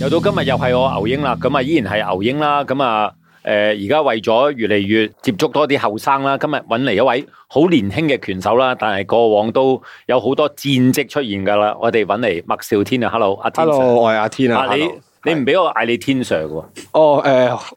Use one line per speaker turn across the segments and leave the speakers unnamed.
又到今日又係我牛英啦，咁啊依然係牛英啦，咁啊誒而家為咗越嚟越接觸多啲後生啦，今日揾嚟一位好年輕嘅拳手啦，但係過往都有好多戰績出現㗎啦。我哋揾嚟麥兆天啊，hello 阿天
Hello，
Sir，
我係阿天啊。
啊你
hello
你唔俾我嗌你天 Sir 嘅喎，
哦，誒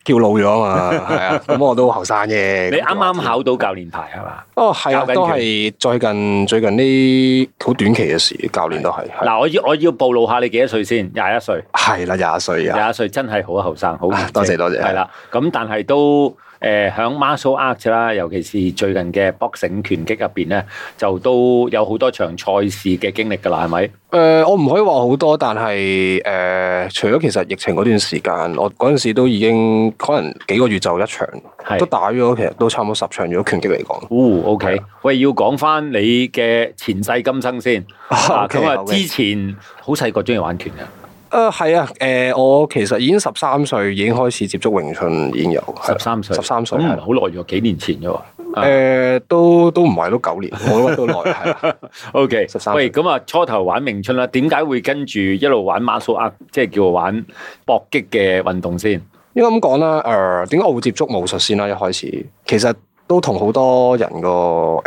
叫老咗 啊嘛，係啊，咁我都後生嘅。
你
咁啊
啱
叫阿
啱
天
考到教練牌係嘛？
哦，係
教
啊，
緊
都
拳
係最近最近呢好短期嘅事，教練都係係
嗱，我要我要暴露下你幾多歲先？廿一歲，
係啦，廿歲啊，
廿一歲真係好後生，好
啊多謝多謝
係啦，咁但係都誒響 martial arts 啦，尤其是最近嘅 boxing 拳擊入邊咧，就都有好多場賽事嘅經歷㗎啦，係咪？
誒、我唔可以話好多，但係誒、除咗其實疫情嗰段時間，我嗰陣時都已經可能幾個月就一場
係，
都打咗其實都差唔多十場，如果拳擊嚟講。
哦，OK，
係啊
喂，要講翻你嘅前世今生 先。啊
哦 OK，
咁啊，
OK
之前好細個中意玩拳嘅，
誒係啊，誒、我其實已經十三歲已經開始接觸詠春，已經有係啦
十三歲，
十三歲
咁
嗯
唔
係
係
啦
好耐咗，幾年前啫喎。啊
誒、都都唔係都九年， 我都都耐係啊啦。
O K，
13
喂，
歲
咁啊，初頭玩詠春啦，點解會跟住一路玩馬術啊，即係叫玩搏擊嘅運動先？
應該咁講啦，誒、點解我會接觸武術先啦？一開始其實都同好多人個誒、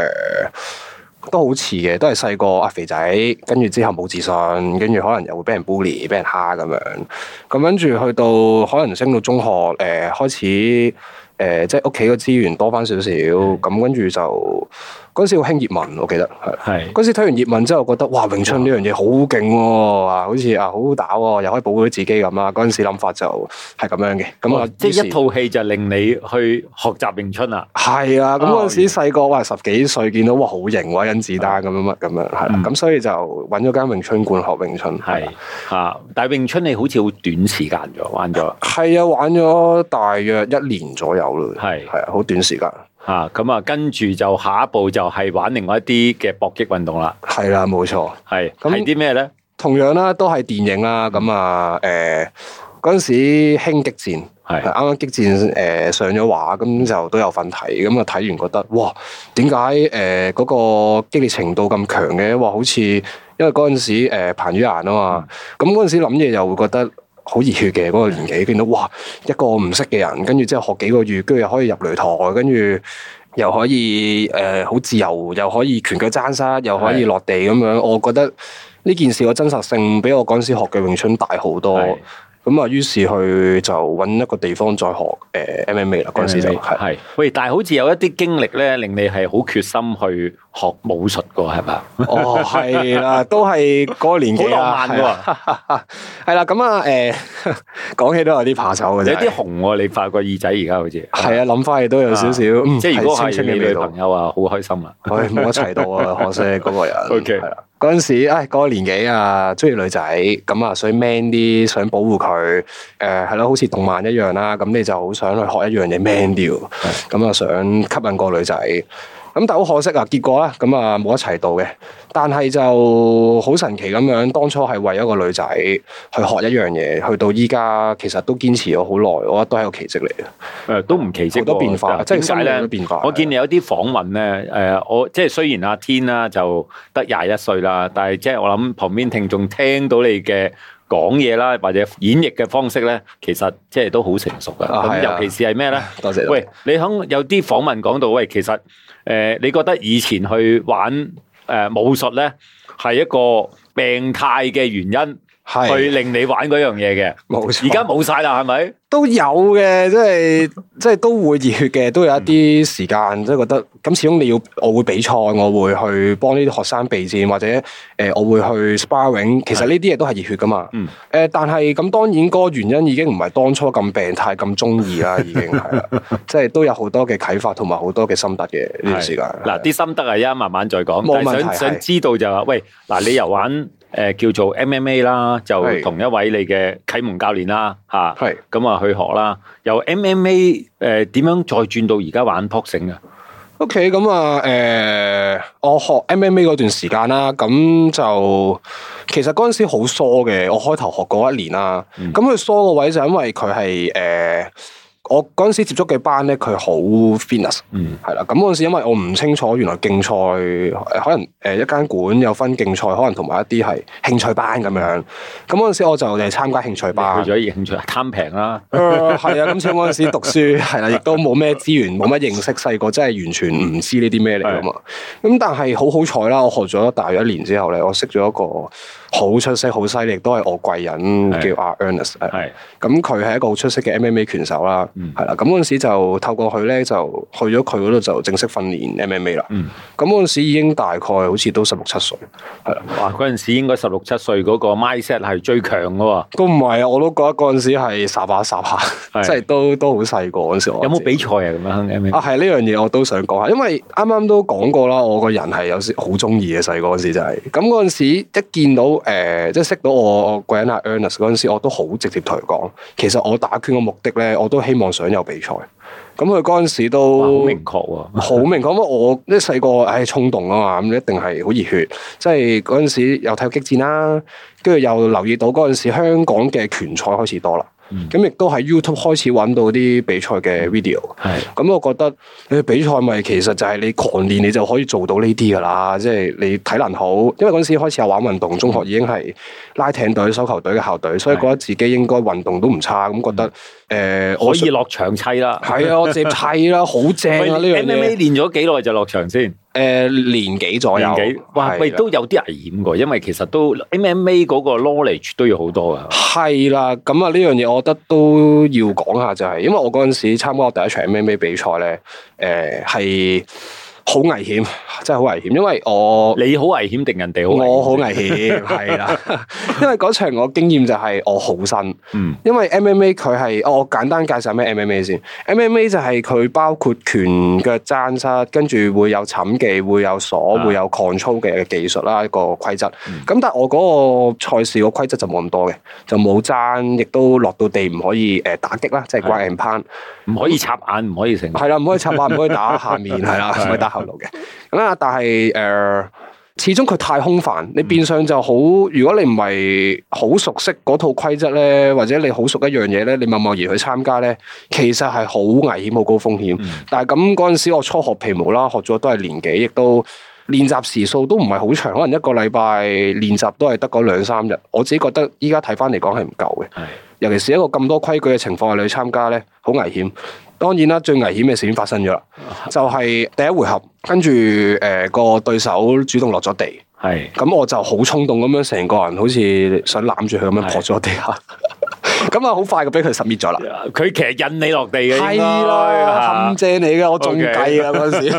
都好似嘅，都係細個啊肥仔，跟住之後冇自信，跟住可能又會俾人 bully，俾人蝦咁樣，咁跟住去到可能升到中學，誒、開始誒、即係屋企嘅資源多翻少少，咁跟住就嗰陣時好興葉問，我記得係。
係
嗰時睇完葉問之後，覺得哇，詠春呢樣嘢好勁喎，啊，好似啊好好打喎，又可以保護到自己咁啦。嗰陣時諗法就係咁樣嘅，咁啊，
哦即
於是
係一套戲就令你去學習詠春啦。
係啊。咁
啊
嗰陣時細個，哇，十幾歲見到哇，好型喎，甄子丹咁樣乜咁樣，係啦
嗯。
咁所以就揾咗間詠春館學詠春，
係啊，但係詠春你好似好短時間咗玩咗
係啊，玩咗大約一年左右咯，
係
係啊，好短時間，
啊，咁啊，跟住就下一步就係玩另外一啲嘅搏擊運動啦。
係啦，冇錯。
係
咁
係啲咩咧？
同樣啦，都係電影啦，咁啊，誒嗰陣時興激戰。係
係
啱啱激戰誒、呃上咗畫，咁就都有份睇，咁啊睇完覺得哇，點解誒嗰個激烈程度咁強嘅？哇，好似因為嗰陣時誒、呃彭于晏啊嘛，
嗯
咁嗰陣時諗嘢又會覺得。好熱血嘅嗰、個年紀，見到哇一個唔識嘅人，跟住之後學幾個月，跟住又可以入擂台，跟住又可以誒好、自由，又可以拳腳爭沙，又可以
係
落地咁樣。我覺得呢件事個真實性比我嗰陣時學嘅詠春大好多。
係
咁啊，於是去就揾一個地方再學誒、呃 MMA 啦。嗰陣時就 係
係喂，但係好似有一啲經歷咧，令你係好決心去學武術噶，係嘛？
哦，係啦，都係嗰個年紀
好
啦，
浪漫喎
喎。係啦，咁啊 誒， 講起都有啲怕醜嘅
有
啫。
啲紅喎，你發個耳仔而家好似
係啊，諗翻亦都有少少，嗯
即係如果
青
係
春
你
嘅
女
味道
朋。友啊，好開心啦。
唉，冇一齊到啊，可惜嗰個人。
OK
係啦，啊嗰陣時，唉，嗰個年紀啊，中意女仔，咁啊，所以 man 啲，想保護佢。誒係咯，好似動漫一樣啦，咁你就好想去學一樣嘢 man 啲喎，咁啊想吸引個女仔。咁但係好可惜啊，結果咧，咁啊冇一齊到嘅。但係就好神奇咁樣，當初係為一個女仔去學一樣嘢，去到依家其實都堅持咗好耐，我覺得都係一個奇蹟嚟嘅。
誒都唔奇蹟喎，
好多變化
嗱
即係
點解
生活
咧
都變化
我見你有啲訪問咧，誒、我即係雖然阿天啦就得廿一歲啦，但係即係我諗旁邊聽眾聽到你嘅講嘢啦，或者演繹嘅方式咧，其實即係都好成熟噶。
啊
咁、
係啊
尤其是係 咩咧？
多謝。
喂，你響有啲訪問講到，喂，其實誒、呃你覺得以前去玩誒、呃武術咧，係一個病態嘅原因，
係
去令你玩嗰樣嘢嘅。
冇錯
而家冇晒啦，係咪？
都有嘅，即係即係都會熱血嘅，都有一啲時間，即係覺得咁始終你要，我會比賽，我會去幫呢啲學生備戰，或者誒、呃我會去 sparring，其實呢啲嘢都係熱血噶嘛。
嗯
誒、但係咁當然嗰個原因已經唔係當初咁病態咁中意啦，已經係啦，即係都有好多嘅啟發同埋好多嘅心得嘅呢段時間。
嗱，啲心得啊係一陣慢慢再講，
冇
但係
問
想
題
想
係
知道就話，喂，嗱，你又玩誒、呃叫做 MMA 啦，就
係
同一位你嘅啟蒙教練啦，嚇、
係
咁啊去學啦。由 MMA 誒、點樣再轉到而家玩 boxing 啊？
OK，咁啊，誒、我學 MMA 嗰段時間啦，咁就其實嗰陣時好疏嘅，我開頭學過一年啦，咁佢、疏個位就因為佢係誒我嗰陣時接觸嘅班咧，佢好 fitness，
嗯
係啦。咁嗰陣時因為我唔清楚原來競賽呃可能誒一間館有分競賽，可能同埋一啲係興趣班咁樣。咁嗰陣時我就嚟參加興趣班
你。去咗興趣貪平啦，
誒係啊，咁所以嗰陣時讀 書係啦，亦都冇咩資源，冇乜認識，細個真係完全唔知呢啲咩嚟噶嘛。咁但係好好彩啦，我學咗大約一年之後咧，我識咗一個好出色、好犀利，都係我貴人
係
叫阿 Ernest 係。
係
咁佢係一個好出色嘅 MMA 拳手啦，
嗯
係啦、咁嗰陣時就透過佢咧，就去咗佢嗰度就正式訓練 MMA 啦。
嗯，
咁嗰陣時已經大概好似都十六七歲，係啦。
哇！嗰陣時應該十六七歲嗰個 mindset 係最強嘅喎，
都唔係啊，我都覺得嗰陣時係霎下霎下，
係
即係都都好細個嗰陣時我
有
自己。
冇比賽啊？咁樣 M
啊，係呢樣嘢我都想講下，因為啱啱都講過啦，我個人係有時好中意嘅細個嗰時就係、咁嗰陣時一見到誒、呃即係識到我我個人阿 Ernest 嗰陣時，我都好直接同佢講，其實我打拳嘅目的咧，我都希望想有比賽。咁佢嗰陣時都
好明確喎，
好明講，因為我即係細個，唉衝動啊嘛，咁一定係好熱血。即係嗰陣時又睇激戰啦，跟住又留意到嗰陣時香港嘅拳賽開始多啦
嗯，
咁亦都喺 YouTube 開始揾到啲比賽嘅 video。
係
咁我覺得你比賽咪其實就係你狂練你就可以做到呢啲㗎啦，即係你體能好，因為嗰陣時開始有玩運動，中學已經係拉艇隊、手球隊嘅校隊，所以
係嗯
覺得自己應該運動都唔差，咁覺得誒、呃我
可以落場砌啦。
係啊，我直接砌 啦，好正
喂
啊呢樣
，MMA
嘢。
練咗幾耐就落場先？
誒、年幾左右？
年幾？哇，
係
喂，
啦
都有啲危險㗎，因為其實都 MMA 嗰個 knowledge 都要好多 㗎。
係啦，咁啊呢樣嘢我覺得都要講下就係、因為我嗰陣時參加我第一場 MMA 比賽咧，誒係好危險，真係好危險，因為我
你好危險定人哋好危險？
我好危險，係啦， 因為嗰場我經驗就係我好新，
嗯
因為 MMA 佢係、哦我簡單介紹咩 MMA 先，MMA 就係佢包括拳腳爭膝，跟住會有枕技，會有鎖，
啊
會有 control 嘅技術啦，一個規則。咁、但係我嗰個賽事個規則就冇咁多嘅，就冇爭，亦都落到地唔可以誒、呃打擊啦，即係 ground and pound。
唔可以插眼，唔可以成。
係啦，唔可以插話，唔可以打下面，係啦，唔可以打後路嘅。咁啊，但係誒、呃始終佢太空泛，你變相就好。如果你唔係好熟悉嗰套規則咧，或者你好熟一樣嘢咧，你貿貿然去參加咧，其實係好危險、好高風險。但係咁嗰陣時，我初學皮毛啦，學咗都係年幾，亦都。練習時數都唔係好長，可能一個禮拜練習都係得嗰兩三日。我自己覺得依家睇翻嚟講係唔夠嘅。
係
尤其是一個咁多規矩嘅情況下，你去參加咧，好危險。當然啦，最危險嘅事件發生咗啦，
啊
就係第一回合，跟住誒個對手主動落咗地，
係
咁我就好衝動咁樣，成個人好似想攬住佢咁樣
係
撲咗地下， 咁啊好快就俾佢實滅咗啦。
佢其實引你落地嘅，
係
應該
啦，
啊
陷阱嚟嘅，我中
OK
計啊嗰 陣時，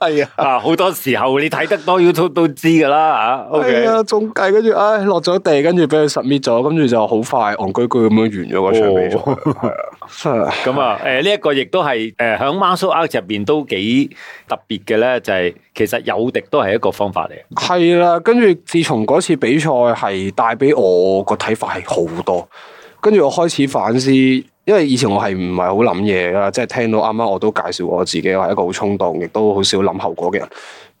係啊。
啊，好多時候你睇得多 YouTube 都知㗎啦啊 O
係
K，
啊，中計，跟住唉落咗地，跟住俾佢 submit 咗，跟住就好快戇居居咁樣完咗個場比賽
哦
係啊。
咁啊，誒呢一個亦都係誒喺 martial art 入邊都幾特別嘅咧，就係其實有敵都係一個方法嚟。
係啦，跟住自從嗰次比賽係帶俾我個睇法係好多，跟住我開始反思，因為以前我係唔係好諗嘢啦，即係聽到啱啱我都介紹過我自己，我係一個好衝動，亦都好少諗後果嘅人。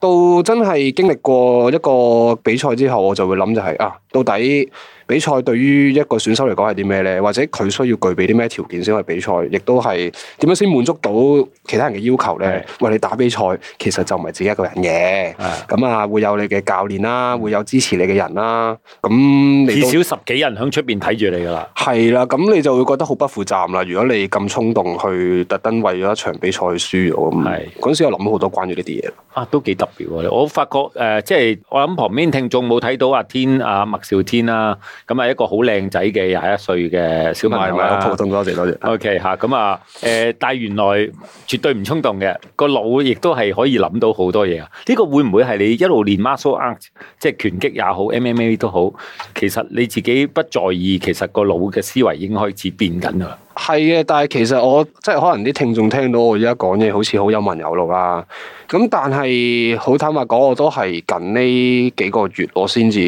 到真係經歷過一個比賽之後，我就會諗就係、啊，到底比賽對於一個選手嚟講係啲咩呢？或者佢需要具備啲咩條件先去比賽，亦都係點樣先滿足到其他人嘅要求呢
係？
喂，你打比賽其實就唔係自己一個人嘅。
啊
咁啊，嗯會有你嘅教練啦，會有支持你嘅人啦，咁你
至
都
少十幾人喺出邊睇住你㗎啦。
係啦，咁你就會覺得好不負責任啦。如果你咁衝動去特登為咗一場比賽去輸咗
係
咁，嗰陣時我諗好多關於呢啲嘢啦。
啊，都幾特別喎！我發覺誒、呃即係我諗旁邊聽眾冇睇到阿天阿麥兆天啦，咁啊一個好靚仔嘅廿一歲嘅小
唔
朋
係
友
唔係，好
啦
普。通，多謝多謝。
O K 嚇，咁啊誒，但係原來絕對唔衝動嘅，個腦亦都係可以諗到好多嘢啊！呢、個會唔會係你一路練 muscle art，即係拳擊也好，MMA 都好，其實你自己不在意，其實個腦嘅思維已經開始變緊啦。
係嘅，但係其實我即係可能啲聽眾聽到我而家講嘢，好似好有文有路啦。咁但係好坦白講，我都係近呢幾個月我先至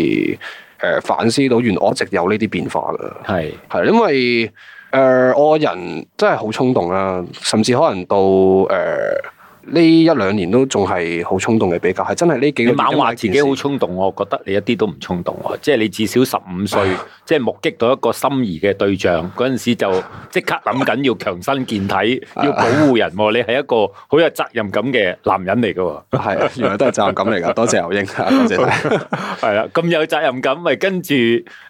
誒反思到，原來我一直有呢啲變化㗎。
係
係因為誒、呃我個人真係好衝動啦，甚至可能到誒、呃呢一兩年都仲係好衝動嘅比較，係真係呢幾
你
個
猛
話
話自己好衝動，我覺得你一啲都唔衝動喎。即係你至少十五歲，即係目擊到一個心儀嘅對象嗰陣時，就即刻諗緊要強身健體，要保護人喎。你係一個好有責任感嘅男人嚟嘅喎。
係原來都係責任感嚟㗎。多謝牛英，啊多謝晒。
系啦，咁有責任感，咪跟住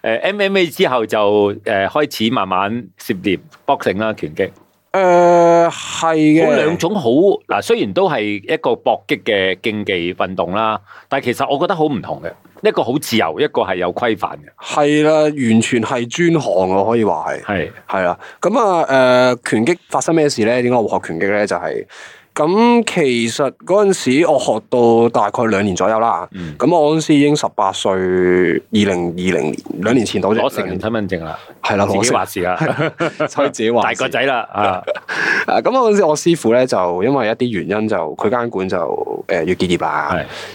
诶 MMA 之後就诶、呃、开始慢慢涉獵 boxing 啦，拳擊。
誒係嘅，
嗰兩種好嗱，雖然都係一個搏擊嘅競技運動啦，但系其實我覺得好唔同嘅，一個好自由，一個係有規範嘅。
係啦，完全係專項我可以話係。
係
係啦，咁啊，诶、拳擊發生咩事咧？點解我會學拳擊咧？就係咁，其實嗰陣時我學到大概兩年左右啦。
嗯
咁、我嗰陣時已經十八歲，二零二零年兩年前到啫
攞成人身份證啦，
係啦，
自己
攞
話事啦，
成， 所以自己話
大
事
個仔啦啊，
啊，咁我嗰陣時我師傅咧就因為一啲原因就佢間館就誒、呃要結業啦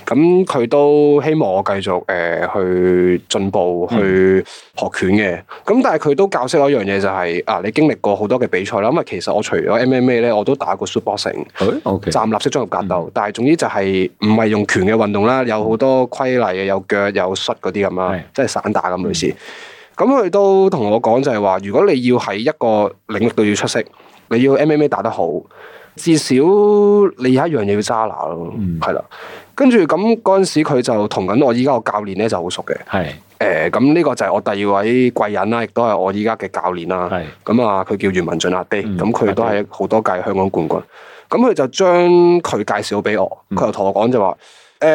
係，
咁佢都希望我繼續誒、呃去進步去學拳嘅，咁、但係佢都教識我一樣嘢就係、啊，你經歷過好多嘅比賽啦，因為其實我除咗 MMA 咧，我都打過 Shootboxing。
O K，
站立式綜合格
嗯
鬥，但係總之就係唔係用拳嘅運動啦，有好多規例嘅，有腳有摔嗰啲咁啦
係，嗯
即係散打咁類似。咁佢都同我講就係話，如果你要喺一個領域度要出色，你要 MMA 打得好，至少你有一樣嘢要揸拿咯
嗯，
係啦、跟住咁嗰陣時，佢就同緊我依家個教練咧就好熟嘅。
係
誒咁呢個就係我第二位貴人啦，亦都係我依家嘅教練啦。
係
咁啊，佢叫袁文俊阿爹，
嗯
咁佢都
阿
係好多屆香港冠軍。咁佢就將佢介紹俾我，
嗯
佢又同我講就話：誒、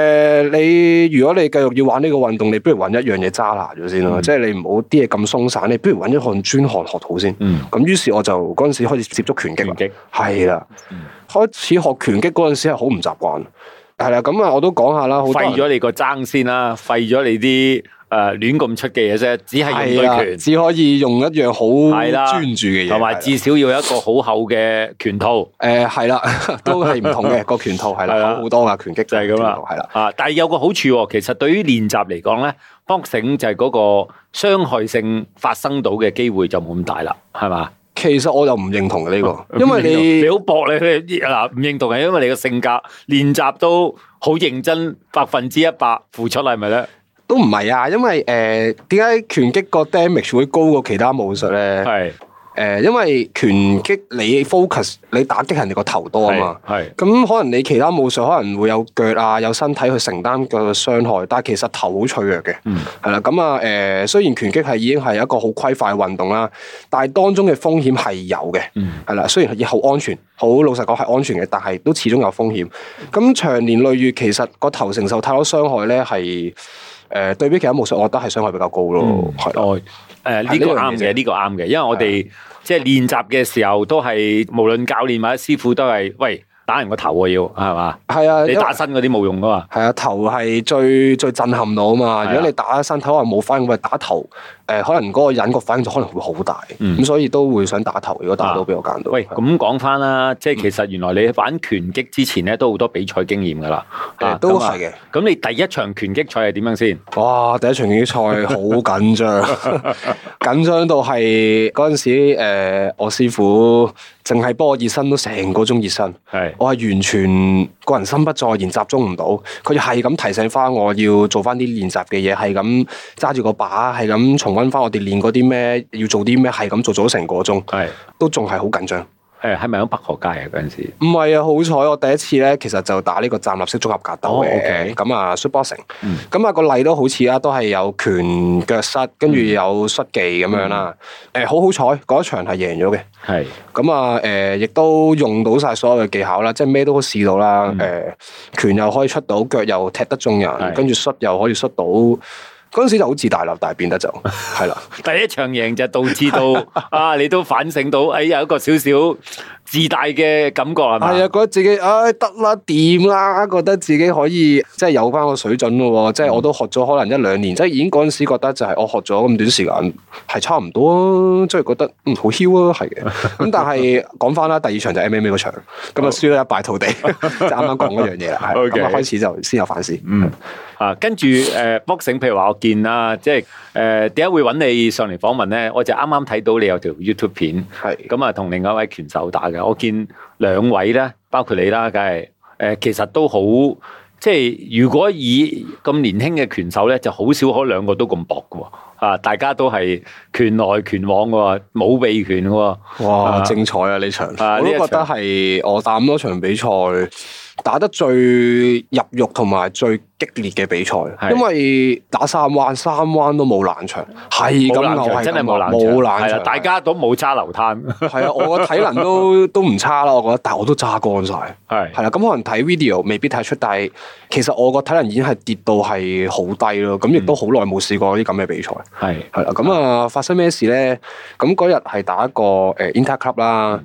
你如果你繼續要玩呢個運動，你不如揾一樣嘢揸拿咗先啦，
嗯
即係你唔好啲嘢咁鬆散，你不如揾一項專項學好先。
嗯
咁於是我就嗰陣時開始接觸拳擊
拳
啦。
擊
係啦
嗯，
開始學拳擊嗰陣時係好唔習慣，係啦，咁啊我都講下啦，好多人
廢咗你個爭先啦，廢咗你啲诶亂咁出嘅嘢啫，只係
係
用
啦
對拳。
只可以用一樣好
係啦
專注嘅嘢，
同埋
係啦
至少要有一個好厚嘅拳套，
誒呃係啦， 都係 唔同嘅個拳套係
係
啦，
啦
好好多噶啊拳擊
就係咁啦
係啦，
啊！但係有個好處喎，其實對於練習嚟講咧，boxing 就係嗰個傷害性發生到嘅機會就冇咁大啦，係嘛？
其實我又唔認同嘅呢個，因為
哦你
你
好搏你你嗱唔認同係因為你個性格練習都好認真，百分之一百付出啦係咪咧？
都唔係啊，因為誒點解拳擊個 damage 會高過其他武術咧？
係
誒，因為拳擊你 focus 你打擊人哋個頭多啊嘛
係。係
咁可能你其他武術可能會有腳啊，有身體去承擔個傷害，但係其實頭好脆弱嘅，
嗯
係啦、咁啊誒，雖然拳擊係已經係一個好規範嘅運動啦，但係當中嘅風險係有嘅，
嗯
係啦、雖然係好安全，好老實講係安全嘅，但係都始終有風險。咁長年累月，其實個頭承受太多傷害咧，係誒、呃、對比其他武術，我覺得係傷害比較高咯，係啊啦、
哦，誒呢個啱嘅，呢個啱嘅，因為我
啊
哋即係練習嘅時候都係無論教練或者師傅都係喂打人個頭啊喎要係嘛？
係啊，
你
因為
打身嗰啲冇用噶嘛？
係啊，頭係最最震撼到啊嘛！
係啊
如果你打身體可能冇反應，喂打頭，誒、可能嗰個人個反應就可能會好大，咁、
嗯
所以都會想打頭。如果打到
啊
俾我揀到，
喂，咁講翻啦，即係其實原來你玩拳擊之前咧，都好多比賽經驗噶啦，
誒
啊
都
咁啊
係嘅。
咁你第一場拳擊賽係點樣先？
哇！第一場競技賽好緊張，緊張到係嗰陣時誒、我師傅淨係幫我熱身都成個鐘熱身。
係
我係完全個人心不在焉，集中唔到。佢係咁提醒翻我要做翻啲練習嘅嘢，係咁揸住個把，係咁重温翻我哋練嗰啲咩，要做啲咩，係咁做咗成個鐘，
係
都仲係好緊張。
誒，呃係咪喺北河街啊？嗰陣時
唔係啊，好彩我第一次咧，其實就打呢個站立式綜合格
哦
鬥嘅，
，OK
咁啊 s u p e r s i n g
嗯
咁啊個例都好似啦，都係有拳腳膝，跟
嗯
住有摔技咁樣啦。誒好好彩嗰一場係贏咗嘅。
係
咁啊，誒、亦都用到晒所有嘅技巧啦，即係咩都試到啦。誒、
嗯
拳又可以出到，腳又踢得中人，
係
跟住摔又可以摔到。嗰陣時就好自大啦，但係變 得就係啦，
第一場贏就導致 到啊，你都反省到，哎有一個少少自大嘅感覺係嘛？
係啊，覺得自己唉得啦，掂啦，覺得自己可以即係有翻個水準咯喎，
嗯
即係我都學咗可能一兩年，即係已經嗰陣時覺得就係我學咗咁短時間係差唔多啊，即係覺得嗯好囂啊，係 嘅。咁但係講翻啦，第二場就 MMA 嗰場，咁啊輸得一 敗塗地，就啱啱講嗰樣嘢啦，係
OK
咁啊開始就先有反思。
嗯啊，跟住誒 boxing，譬如話我見啦，即係誒點解會揾你上嚟訪問咧？我就啱啱睇到你有條 YouTube 片，
係
咁啊同另外一位拳手打嘅，我見兩位咧，包括你啦，梗係诶、其實都好，即係如果以咁年輕嘅拳手咧，就好少可兩個都咁搏嘅喎。啊！大家都係拳來拳往嘅喎，冇避拳嘅喎。
哇，
啊
精彩啊！呢場
啊
我都
呢一
覺得
場
係我打咁多場比賽打得最入肉同埋最激烈嘅比賽，
係
因為打三彎三彎都冇冷場，係咁
冇
流
冷場，
係
真
咁
係冇冷
流冇
場，
冷
係啦，
場，
大家都冇揸流灘，
係啊，我個體 能都都唔差啦，我覺得，但係我都揸乾晒。
係
係啦，咁可能睇 video 未必睇出，但係其實我個體能已經係跌到係好低咯，咁亦
嗯
都好耐冇試過啲咁嘅比賽。
係
係啦，咁啊發生咩事咧？咁嗰日係打一個誒 Inter Club 啦，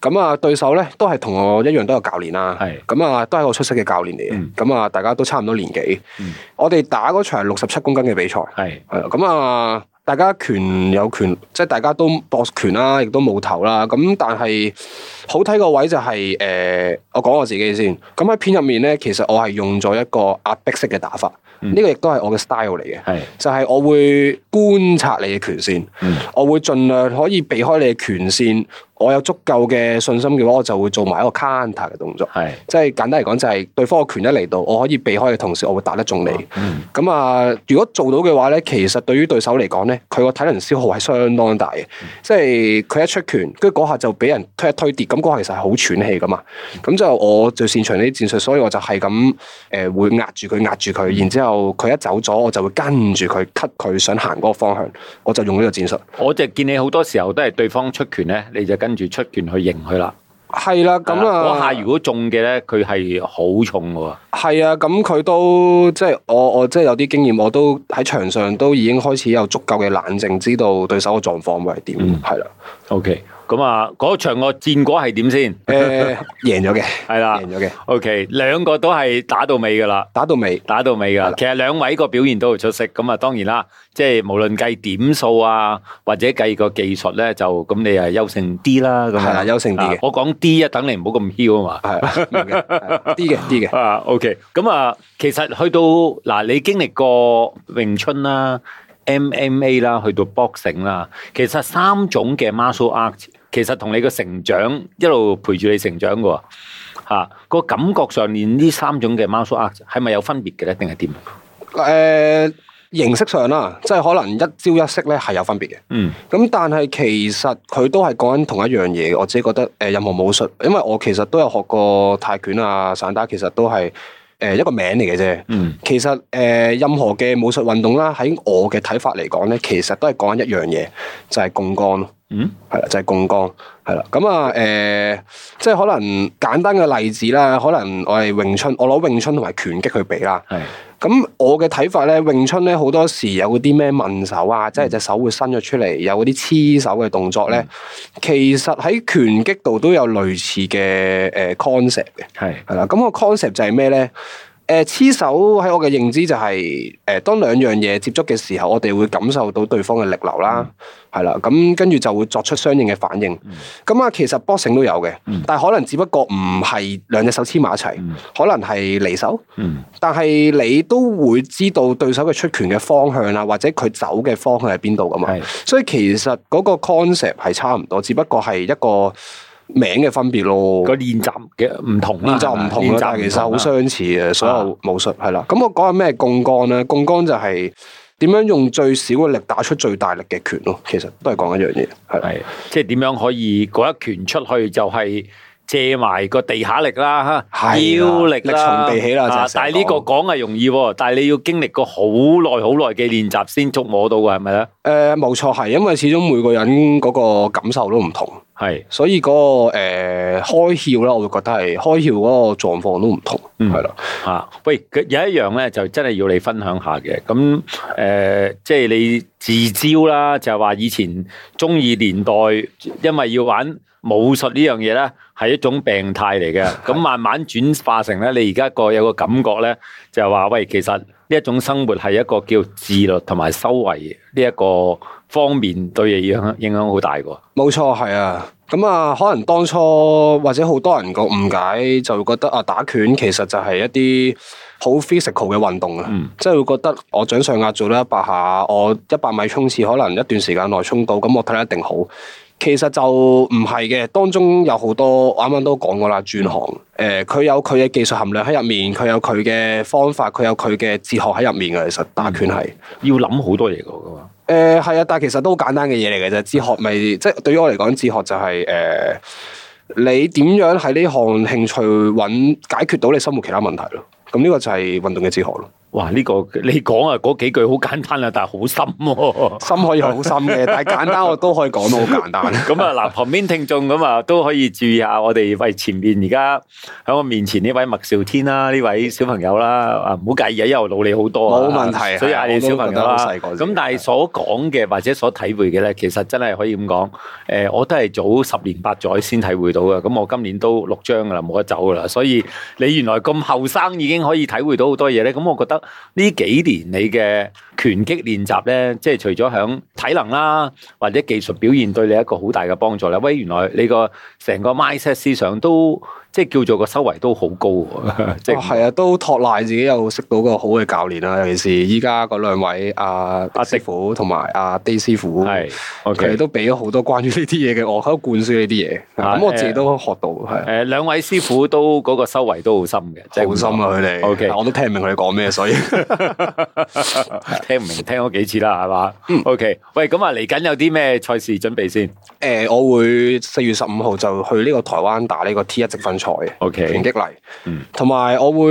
咁啊對手咧都係同我一樣都有教練啦，
係
咁啊都係一個出色嘅教練嚟
嗯
嘅，咁啊大家都差唔多年紀
嗯，
我哋打嗰場六十七公斤嘅比賽，
係
係啦，咁啊大家拳有拳，即係大家都搏拳啦，亦都冇頭啦，咁但係好睇個位就係誒，我講我自己先，咁喺片入面咧，其實我係用咗一個壓迫式嘅打法，
嗯
呢個亦都係我嘅 style 嚟嘅。
係
就係我會觀察你嘅權線，
嗯
我會盡量可以避開你嘅權線。我有足夠嘅信心嘅話，我就會做埋一個 counter 嘅動作。
係
即係簡單嚟講，就係對方嘅拳一嚟到，我可以避開嘅同時，我會打得中你。
嗯
咁啊，如果做到嘅話咧，其實對於對手嚟講咧，佢個體能消耗係相當大嘅，
嗯
即係佢一出拳，跟住嗰下就俾人推一推跌，咁嗰下其實係好喘氣噶嘛。咁就我最擅長呢啲戰術，所以我就係咁誒會壓住佢，壓住
嗯
佢，然之後佢一走咗，我就會跟住佢 cut 佢想行嗰個方向，我就用呢個戰術。
我就見你好多時候都係對方出拳咧，你就跟住出拳去迎佢啦。
係啦，咁
嗰
啊
下，如果中嘅咧，佢係好重嘅
係啊，咁佢都即係我我即係有啲經驗，我都喺場上都已經開始有足夠嘅冷靜，知道對手嘅狀況會係點，
嗯
係啦、
喎。OK，咁啊，嗰場個戰果係點先？
诶，赢咗嘅，
係啦
贏咗嘅，
，OK，兩個都係打到尾噶啦。
打到尾，
打到尾
係
噶
啦，
其實兩位個表現都好出色，咁啊當然啦，即係無論計點數啊，或者計個技術咧，就咁你係優勝啲啦，咁
係啦優勝啲嘅
啊我講 D 啊，等你唔好咁囂啊嘛。
系明嘅，係啦啲嘅，啲嘅，
啊，OK，咁啊，其實去到嗱，你經歷過詠春啦、MMA 啦，去到 boxing 啦，其實三種嘅 martial art，其實同你個成長一路陪住你成長嘅喎，嚇、個感覺上面呢三種嘅 martial art 係咪有分別嘅咧，定係點？
诶、形式上啦，即係可能一招一式咧係有分別嘅，
嗯，
咁但係其實佢都係講緊同一樣嘢嘅，我自己覺得诶、誒任何武術，因為我其實都有學過泰拳啊、散打，其實都係诶、誒一個名嚟嘅啫。
嗯，
其實誒、呃任何嘅武術運動啦，喺我嘅睇法嚟講咧，其實都係講緊一樣嘢，就係、槓桿咯。
嗯。
係啦，就係槓桿，係啦。咁啊，誒、即係可能簡單嘅例子啦，可能我係詠春，我攞詠春同埋拳擊去比啦。
系
咁我嘅睇法咧，詠春咧好多時有嗰啲咩問手啊，即係隻手會伸咗出嚟，有嗰啲黐手嘅動作咧，其實喺拳擊度都有類似嘅誒 concept 嘅。
系
係啦，咁個 concept 就係咩咧？誒、黐手喺我嘅認知就係、誒、當兩樣嘢接觸嘅時候，我哋會感受到對方嘅力流啦，
嗯
係啦、咁跟住就會作出相應嘅反應。咁啊、其實 boxing 都有嘅，但係可能只不過唔係兩隻手黐埋一齊，
嗯
可能係離手，
嗯
但係你都會知道對手嘅出拳嘅方向啊啦，或者佢走嘅方向係邊度噶嘛。
係
所以其實嗰個 concept 係差唔多，只不過係一個名嘅分別咯。
個練習嘅唔同啦，
練習唔同
係
啦
嘛，
但啊係其實好
練習唔同啦
相似嘅所
啊
有武術係啦。咁我講下咩槓桿咧？槓桿就係點樣用最少嘅力打出最大力嘅拳咯。其實都係講一樣嘢，係啦。
係即係點樣可以嗰一拳出去就係借埋個地下力啦，
係
嚇
啦
腰力啦，
力從地起啦就係
啊
成
但
日
係呢個講係容易喎，但係你要經歷過好耐好耐嘅練習先觸摸到嘅，係咪啊咧？
誒冇錯係，因為始終每個人嗰個感受都唔同，
係
所以嗰、個誒、開竅啦，我會覺得係開竅嗰個狀況都唔同，
嗯
係啦、
啊，喂，佢有一樣咧就真係要你分享下嘅，咁誒、呃即係你自招啦，就係、話以前中二年代，因為要玩武術呢樣嘢咧，係一種病態嚟嘅，咁慢慢轉化成咧，你而家個有個感覺咧，就係、話喂，其實呢一種生活係一個叫自律同埋修為呢一個方面對你影響影響好大嘅喎，
冇錯，係啊。咁啊，可能當初或者好多人個誤解就會覺得啊，打拳其實就係一啲好 physical 嘅運動啊，
嗯
即係會覺得我掌上壓做得一百下，我一百米衝刺可能一段時間內衝到，咁我睇得一定好。其實就唔係嘅，當中有好多我啱啱都講過啦，轉行誒佢有佢嘅技術含量喺入面，佢有佢嘅方法，佢有佢嘅哲學喺入面嘅。其實打拳係
要諗好多嘢噶嘛。
誒係啊，但係其實都好簡單嘅嘢嚟嘅啫。哲學咪即係對於我嚟講，哲學就係、誒、呃你點樣喺呢項興趣揾解決到你生活其他問題咯。咁呢個就係運動嘅哲學咯。
哇！呢、個你講啊，嗰幾句好簡單啦，但係好深喎、
心可以好深嘅，但係簡 單我都可以講到好簡單。
咁啊，嗱，旁邊聽眾咁啊，都可以注意下我哋喂前面而家喺我面前呢位麥兆天啦，呢位小朋友啦，啊唔好介意啊，因為我老你好多啊，
冇問題
所以嗌你小朋友
我都覺得好
啦。
細個啫
咁但係所講嘅或者所體會嘅咧，其實真係可以咁講，誒、我都係早十年八載先體會到嘅。咁我今年都六張噶啦，冇得走噶啦。所以你原來咁後生已經可以體會到好多嘢咧。咁我覺得呢幾年你嘅拳擊練習咧，即係除咗響體能啦，或者技術表現對你一個好大嘅幫助咧。喂，原來你個成個 mindset 思想都即係叫做個修為都好高喎， 即
即係啊，都托賴自己有識到個好嘅教練啦，尤其是依家嗰兩位阿
阿
阿
迪
師傅同埋阿 D 師傅，
係
佢
OK
哋。都俾咗好多關於呢啲嘢嘅，我喺度灌輸呢啲嘢，
啊
咁我自己都學到，係
誒兩位師傅都嗰個修為都好深嘅，即係
好深啊！佢哋
OK
但我都聽唔明佢哋講咩，所以
啊聽 唔明，聽咗幾次啦，係嘛？OK，喂，
嗯
咁啊，嚟緊有啲咩賽事準備先
誒，呃我會四月十五號就去呢個台灣打呢個 T 一積分賽。拳
？OK，
擊嚟
嗯，
同埋我會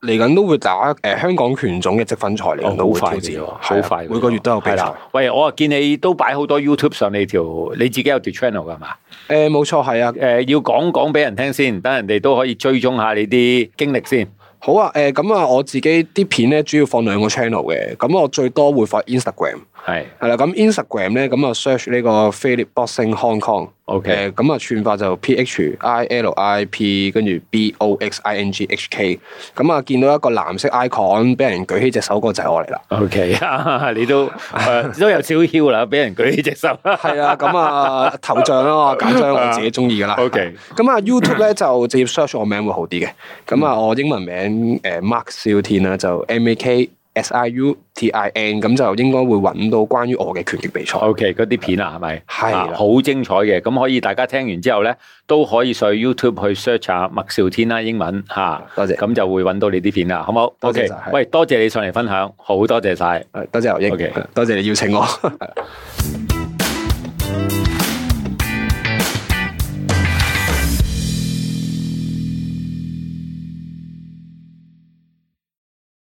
嚟緊都會打誒香港拳種嘅積分賽嚟
哦
緊都會
好
挑
快嘅
戰，
喎
係啊
好快嘅喎
每個月都有比
係
賽。
啦。喂，我啊見你都擺好多 YouTube 上你條，你自己有條 channel 㗎嘛？
誒冇錯係啊，
誒、呃要講講俾人聽先，等人哋都可以追蹤下你啲經歷先。
好啊，誒咁啊，我自己啲片咧主要放兩個 channel 嘅，咁我最多會放 Instagram，
係
係啦，咁 Instagram 咧咁啊 search 呢個 Philip Boxing Hong Kong，
OK
誒咁啊串法就 P H I L I P 跟住 B O X I N G H K，咁啊見到一個藍色 icon 俾人舉起隻手嗰個就係我嚟啦。
OK，你 都、誒都有少囂啦，俾人舉起隻手。
係啊，咁啊頭 像啦，簡章我自己中意噶啦。
OK
咁啊 YouTube 咧就直接 search 我名會好啲嘅。咁
嗯
啊我英文名誒 Mark 少天啦，就 M A K S I U T I N，咁就應該會揾到關於我嘅拳擊比賽。
OK，嗰啲片啊，係咪？
係啦
啊好精彩嘅。咁可以大家聽完之後咧，都可以上 YouTube 去 search 下麥兆天啦，英文嚇。啊
多謝
咁就會揾到你啲片啦，好冇
多謝
？OK，
晒
喂，多謝你上嚟分享，好多謝晒。
誒多謝牛英
OK
多謝你邀請我。